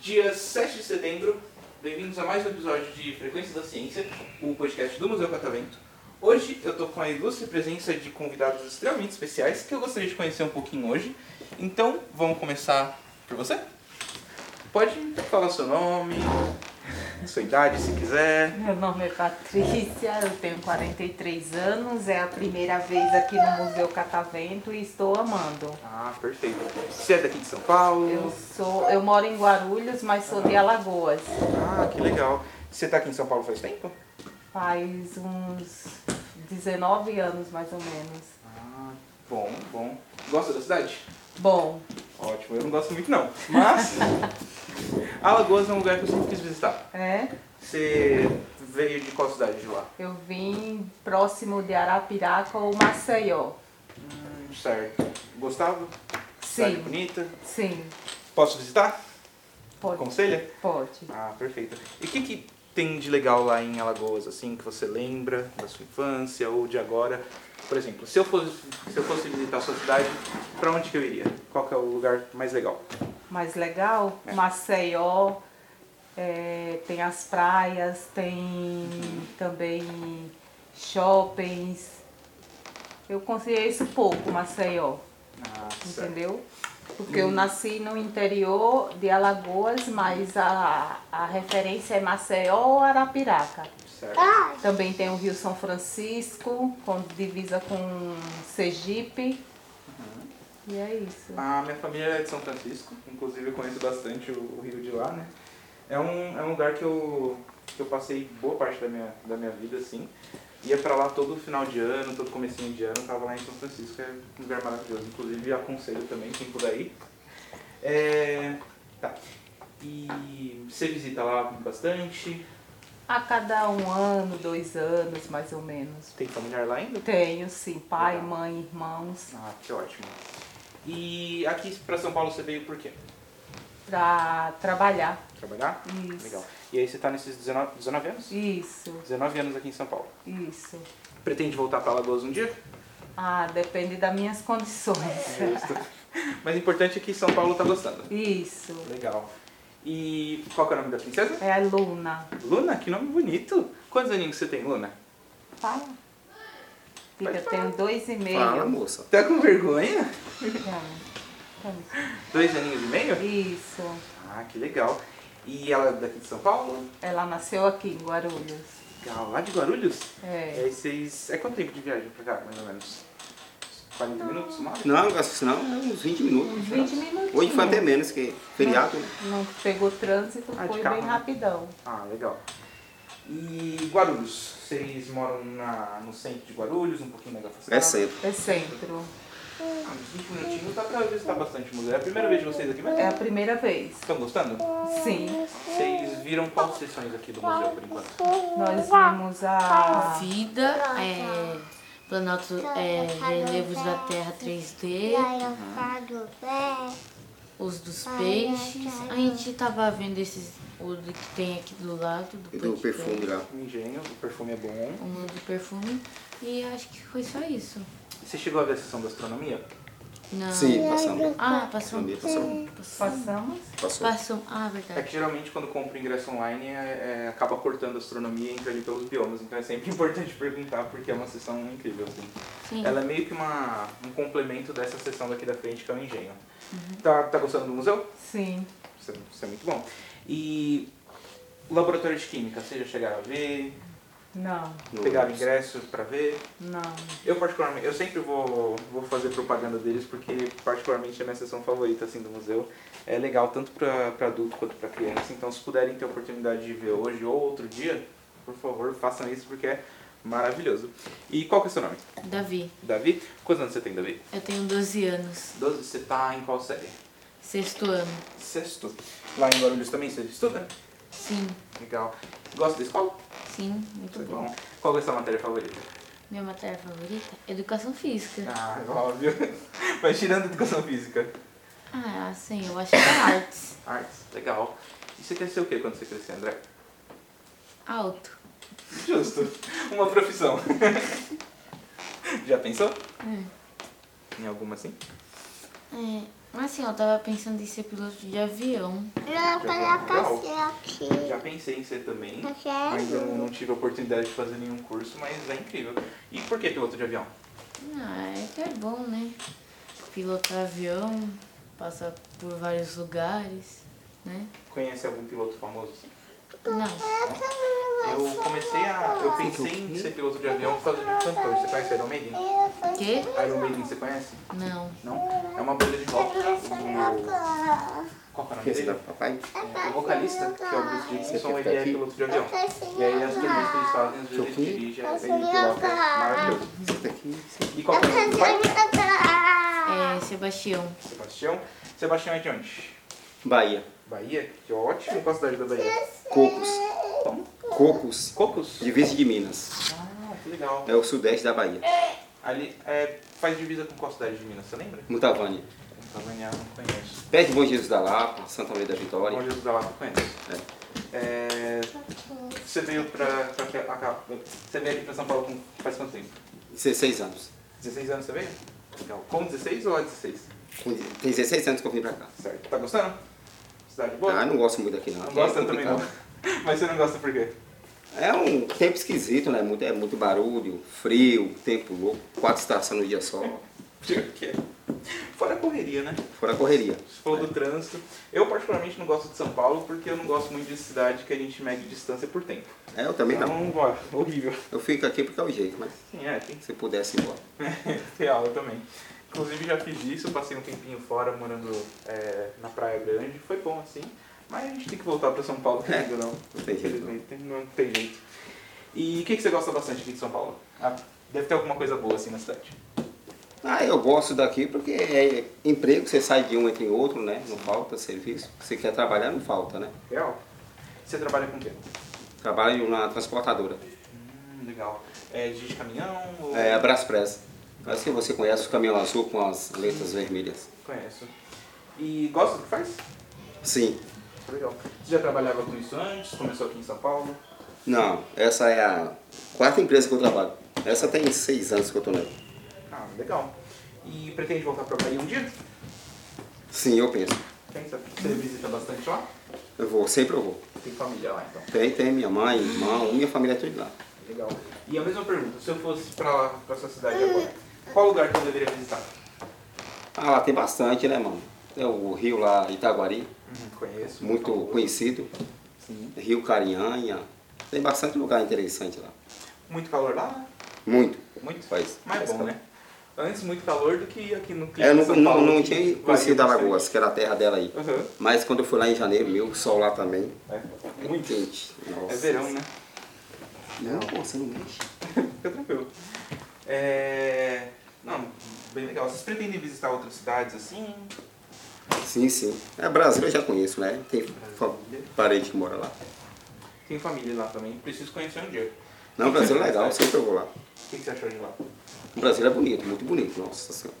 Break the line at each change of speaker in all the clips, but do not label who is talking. Dia 7 de setembro, bem-vindos a mais um episódio de Frequência da Ciência, o podcast do Museu Catavento. Hoje eu tô com a ilustre presença de convidados extremamente especiais que eu gostaria de conhecer um pouquinho hoje. Então, vamos começar por você? Pode falar seu nome, sua idade se quiser.
Meu nome é Patrícia, eu tenho 43 anos, é a primeira vez aqui no Museu Catavento e estou amando.
Ah, perfeito. Você é daqui de São Paulo?
Eu sou, eu moro em Guarulhos, mas sou de Alagoas.
Ah, que legal. Você tá aqui em São Paulo faz tempo?
Faz uns 19 anos mais ou menos.
Ah, bom, bom. Gosta da cidade?
Bom,
Ótimo, eu não gosto muito não. Mas Alagoas é um lugar que eu sempre quis visitar.
é,
Você veio de qual cidade de lá?
eu vim próximo de Arapiraca ou Maceió.
Hum, certo. Gostava? Cidade
Sim,
bonita?
sim,
Posso visitar?
pode,
Aconselha?
pode.
Ah, perfeito. E o que, que tem de legal lá em Alagoas, assim, que você lembra da sua infância ou de agora? Por exemplo, se eu fosse, se eu fosse visitar a sua cidade, pra onde que eu iria? Qual que é o lugar mais legal?
mais legal.
É.
Maceió é, tem as praias, tem também shoppings. Eu conheço pouco Maceió,
Ah,
entendeu? Porque eu nasci no interior de Alagoas, mas a, a referência é Maceió ou Arapiraca.
certo.
Também tem o Rio São Francisco, com divisa com Sergipe. E é isso.
A minha família é de São Francisco, inclusive eu conheço bastante o, o Rio de lá, né? É um, é um lugar que eu, que eu passei boa parte da minha, da minha vida, assim. Ia pra lá todo final de ano, todo comecinho de ano, tava lá em São Francisco, é um lugar maravilhoso. Inclusive aconselho também, quem puder ir. É, tá. E você visita lá bastante?
A cada um ano, dois anos, mais ou menos.
Tem familiar lá ainda?
Tenho, sim. Pai,
Legal.
mãe, irmãos.
Ah, que ótimo. E aqui pra São Paulo você veio por quê?
Pra trabalhar.
Trabalhar?
Isso.
Legal. E aí você tá nesses 19, 19 anos?
Isso,
19 anos aqui em São Paulo.
isso.
Pretende voltar para Alagoas um dia?
Ah, depende das minhas condições.
Justo. Mas o importante é que São Paulo tá gostando.
Isso.
Legal. E qual que é o nome da princesa?
É a Luna.
Luna, que nome bonito. Quantos aninhos você tem, Luna?
Fala. Fica, eu tenho dois e meio.
Fala, moça.
Tá com vergonha?
Então, então,
Dois aninhos e meio?
Isso.
Ah, que legal. E ela é daqui de São Paulo?
Ela nasceu aqui em Guarulhos.
Legal. Lá de Guarulhos? E
É.
aí vocês... É quanto tempo de viagem pra cá, mais ou menos? 40 minutos, uma hora?
Não, assim, não, é uns 20 minutos.
Uns 20 minutos.
Hoje foi até menos, que feriado. né?
Não pegou trânsito,
Ah, de
foi
carro,
bem
né?
rapidão.
Ah, legal. E Guarulhos? Vocês moram na, no centro de Guarulhos, um pouquinho mais afastado?
É cedo.
É centro.
Ah, uns 20 minutinhos dá pra visitar bastante o museu. É a primeira vez de vocês aqui
É
mesmo?
a primeira vez.
Estão gostando?
Sim.
Vocês viram quais sessões aqui do museu por enquanto?
Nós vimos a.
Vida, é, Planalto, é, Relevos da Terra 3D, os dos peixes. A gente tava vendo esses, o do que tem aqui do lado do,
E do
podcast,
perfume lá.
O engenho, o perfume é bom.
O mundo do perfume. E acho que foi só isso.
Você chegou a ver a sessão da astronomia?
Não.
Sim, passamos.
Ah, passou.
Também passou.
Passou.
Passamos?
Passou.
Passou. Ah,
É
verdade.
que geralmente quando compra ingresso online é- é- acaba cortando a astronomia e entra ali pelos biomas. Então é sempre importante perguntar porque é uma sessão incrível. Assim.
Sim.
Ela é meio que uma, um complemento dessa sessão daqui da frente que é o engenho. Tá, tá gostando do museu?
Sim.
Isso é, isso é muito bom. E o laboratório de química, vocês já chegaram a ver?
Não,
No-
Pegaram ingressos pra ver?
não.
Eu particularmente, eu sempre vou, vou fazer propaganda deles porque particularmente é minha sessão favorita assim do museu. É legal tanto pra pra adulto quanto pra criança, então se puderem ter a oportunidade de ver hoje ou outro dia, por favor, façam isso porque é maravilhoso. E qual que é o seu nome?
Davi,
Davi? Quantos anos você tem, Davi?
eu tenho 12 anos.
12. Você tá em qual série?
Sexto ano.
Sexto. Lá em Guarulhos também você estuda?
Sim.
Legal. Gosta da escola?
Sim, muito bom.
Tá Bom, qual que é a sua matéria favorita?
Minha matéria favorita? Educação
Tá.
Física.
Ah, óbvio. Mas tirando educação física.
Ah, sim, eu acho que é artes.
Artes, legal. E você quer ser o que quando você crescer, André?
Alto.
Justo. Uma profissão. Já pensou? Em alguma assim?
É, mas assim, eu tava pensando em ser piloto de avião.
Eu quero passear aqui.
Já pensei em ser também.
Eu
Ainda
quero.
não não tive a oportunidade de fazer nenhum curso, mas é incrível. E por que piloto de avião?
Ah, é que é bom, né? Pilotar avião, passar por vários lugares, né?
Conhece algum piloto famoso?
Não,
Eu comecei a. Eu pensei em ser piloto de avião por causa de um cantor. Você conhece Iron Maiden?
quê?
Iron Maiden, você conhece?
Não.
Não? É uma banda de rock. O- Qual que é o nome
Esse da
dele?
papai.
É, o vocalista, que é o Bruce Dickinson,
Você
ele
quer
é
aqui?
piloto de avião. E aí as turnês que eles fazem, às vezes ele dirige, aí ele pilota. Maravilhoso.
Esse daqui. esse aqui.
E qual que é o nome do pai?
É Sebastião.
Sebastião. Sebastião é de onde?
Bahia.
Bahia? Que ótimo. Qual cidade da Bahia?
Cocos. Cocos.
Cocos?
Divisa de Minas.
Ah, que legal.
É o sudeste da Bahia.
Ali é, faz divisa com qual cidade de Minas, você lembra?
Mutavânia.
Tavanhar não conheço.
Perto de Bom Jesus da Lapa, Santa Maria da Vitória.
Bom Jesus da Lapa conheço. É, você veio pra, pra, cá- pra cá- Você veio aqui pra São Paulo com, faz quanto tempo?
16 anos.
16 anos você veio? Legal. Com 16 ou a 16?
Com- Tem 16 anos que eu vim pra cá.
Certo. Tá gostando? Cidade boa?
Ah, não gosto muito daqui não.
Não
É
gosta também não.
complicado.
Mas você não gosta por quê?
É um tempo esquisito, né? Muito, é muito barulho, frio, tempo louco, quatro estações no dia só.
Fora a correria, né?
Fora a correria.
Você falou
É.
do trânsito. Eu particularmente não gosto de São Paulo porque eu não gosto muito de cidade que a gente mede distância por tempo.
É, eu também não.
Então, ó, horrível.
Eu fico aqui porque é o jeito, mas
Sim, é, tem que
se pudesse ir embora.
Real, eu também. Inclusive já fiz isso, passei um tempinho fora morando é, na Praia Grande, foi bom assim, mas a gente tem que voltar pra São Paulo, querendo ou não.
não É, tem jeito, né? não.
Infelizmente, tem- não tem jeito. E o que, que você gosta bastante aqui de São Paulo? Ah, deve ter alguma coisa boa assim na cidade.
Ah, eu gosto daqui porque é emprego, você sai de um entre em outro, né? Não falta serviço. Você quer trabalhar, não falta, né?
Real? Você trabalha com o quê?
Trabalho na transportadora.
Hum, legal. É de caminhão ou...
É a Braspress. Acho que você conhece o caminhão azul com as letras vermelhas.
Conheço. E gosta do que faz?
Sim.
Legal. Você já trabalhava com isso antes? Começou aqui em São Paulo?
Não, essa é a quarta empresa que eu trabalho. Essa tem seis anos que eu tô nela.
Ah, legal. E pretende voltar pra Bahia um dia?
Sim, eu penso.
Pensa, você visita bastante lá?
Eu vou, sempre eu vou.
Tem família lá então.
Tem, tem minha mãe, irmão, minha família é tudo lá.
Legal. E a mesma pergunta, se eu fosse pra lá, pra sua cidade agora, qual lugar que eu deveria visitar?
Ah, lá tem bastante, né, mano? É o rio lá, Itaguari,
Hum, conheço.
muito conhecido.
Sim.
Rio Carinhanha. Tem bastante lugar interessante lá.
Muito calor lá?
Muito.
Muito?
Faz.
Mas é
faz
bom,
calor.
né? Antes muito calor do que aqui no clima
É, eu
de
não,
São
não,
Paulo,
não
que
tinha
varia
conhecido
bastante.
Alagoas, que era a terra dela aí.
Aham.
Mas quando eu fui lá em janeiro, meu, o sol lá também.
É,
É
muito.
quente. Nossa.
É verão, né?
Não, pô, você não mexe.
Fica tranquilo. É... Não, bem legal. Vocês pretendem visitar outras cidades assim?
Sim, sim. É Brasil, eu já conheço, né? Tem fa- parente que mora lá.
Tem família lá também, preciso conhecer um dia.
Não, Brasil é legal, sempre eu vou lá.
O que que você achou de lá?
O Brasil é bonito, muito bonito, nossa senhora.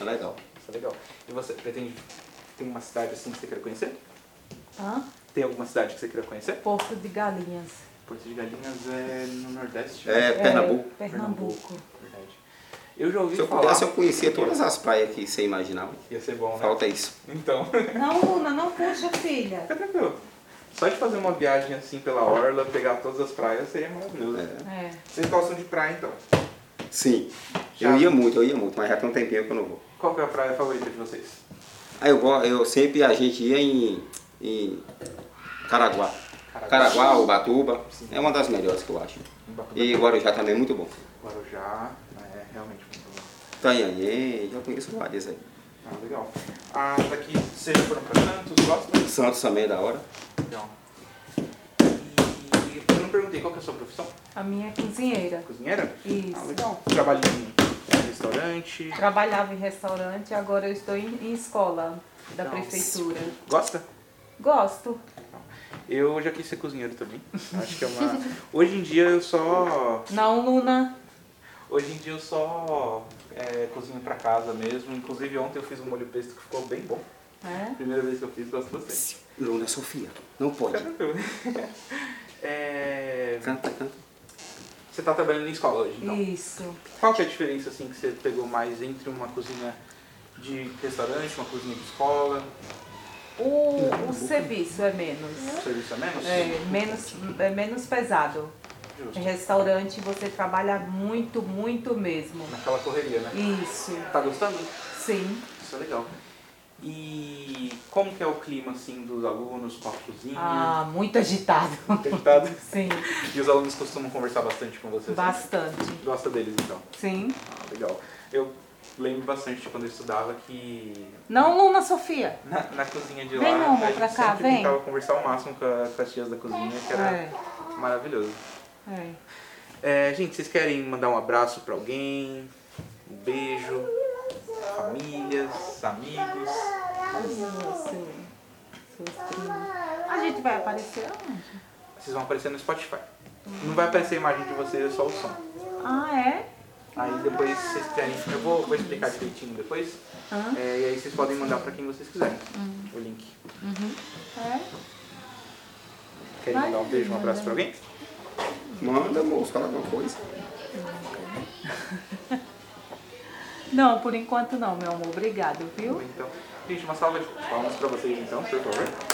É legal.
Isso é legal. E você pretende. Tem uma cidade assim que você quer conhecer?
Hã?
Tem alguma cidade que você queira conhecer?
Porto de Galinhas.
Porto de Galinhas é no Nordeste. né?
É Pernambuco.
É, Pernambuco.
Verdade. Eu já ouvi
Se eu
falar.
pudesse, eu conhecia todas as praias que você imaginava.
Ia ser bom, né?
Falta isso.
Então,
Não, Luna, não puxa, filha.
fica tranquilo. Só de fazer uma viagem assim pela orla, pegar todas as praias, seria maravilhoso.
É.
É.
Vocês gostam de praia então?
Sim.
Já.
Eu ia muito, eu ia muito, mas já tem um tempinho que eu não vou.
Qual que é a praia favorita de vocês?
Aí eu, go- eu sempre, a gente ia em, em Caraguá.
Caraguá.
Caraguá, Ubatuba. É uma das melhores que eu acho. E Guarujá também é muito bom.
Um Guarujá, é realmente muito bom.
Tanhanhê, já conheço várias aí.
Ah, legal. Ah, daqui vocês já foram pra Santos, gostam?
Santos também é da hora.
Legal. E eu não perguntei qual que é a sua profissão?
A minha é cozinheira.
Cozinheira?
Isso.
Ah, legal. Trabalho em é, restaurante.
Trabalhava em restaurante, agora eu estou em, em escola da
Nossa.
prefeitura.
Gosta?
Gosto.
Eu já quis ser cozinheiro também. Acho que é uma. Hoje em dia eu só.
Não, Luna.
Hoje em dia eu só é, cozinho pra casa mesmo. Inclusive ontem eu fiz um molho pesto que ficou bem bom.
É?
Primeira vez que eu fiz, gosto bastante.
Luna Sofia, não pode.
Fica tranquilo. É,
Canta, canta.
Você tá trabalhando em escola hoje, então?
Isso.
Qual que é a diferença assim que você pegou mais entre uma cozinha de restaurante, uma cozinha de escola?
O, o serviço é menos.
um Serviço a menos?
É menos, é menos pesado.
Justo.
Em restaurante você trabalha muito, muito mesmo.
Naquela correria, né?
Isso,
Tá gostando?
sim.
Isso é legal. E como que é o clima assim dos alunos com a cozinha?
Ah, muito agitado.
Agitado?
Sim,
E os alunos costumam conversar bastante com vocês? né?
bastante.
Gosta deles então?
Sim.
Ah, legal. Eu lembro bastante de quando eu estudava que
Não, Luna Sofia.
na, na cozinha de lá
Vem, amor,
a gente
pra cá,
sempre
vem.
tentava conversar o máximo com, a- com as tias da cozinha, que era
É,
maravilhoso.
é.
É, gente, vocês querem mandar um abraço pra alguém? Um beijo? Famílias? Amigos?
Seu- seus primos. A gente vai aparecer aonde?
Vocês vão aparecer no Spotify. Não vai aparecer a imagem de vocês, é só o som.
Ah, é?
Aí depois vocês querem. Eu vou, vou explicar direitinho depois.
Hã?
É, e aí vocês podem mandar pra quem vocês quiserem o link.
É?
Querem mandar um beijo, um abraço pra alguém?
Manda, moço, fala alguma coisa.
Não, por enquanto não, meu amor. Obrigado, viu?
Então, gente, uma salva de palmas pra vocês então, por favor.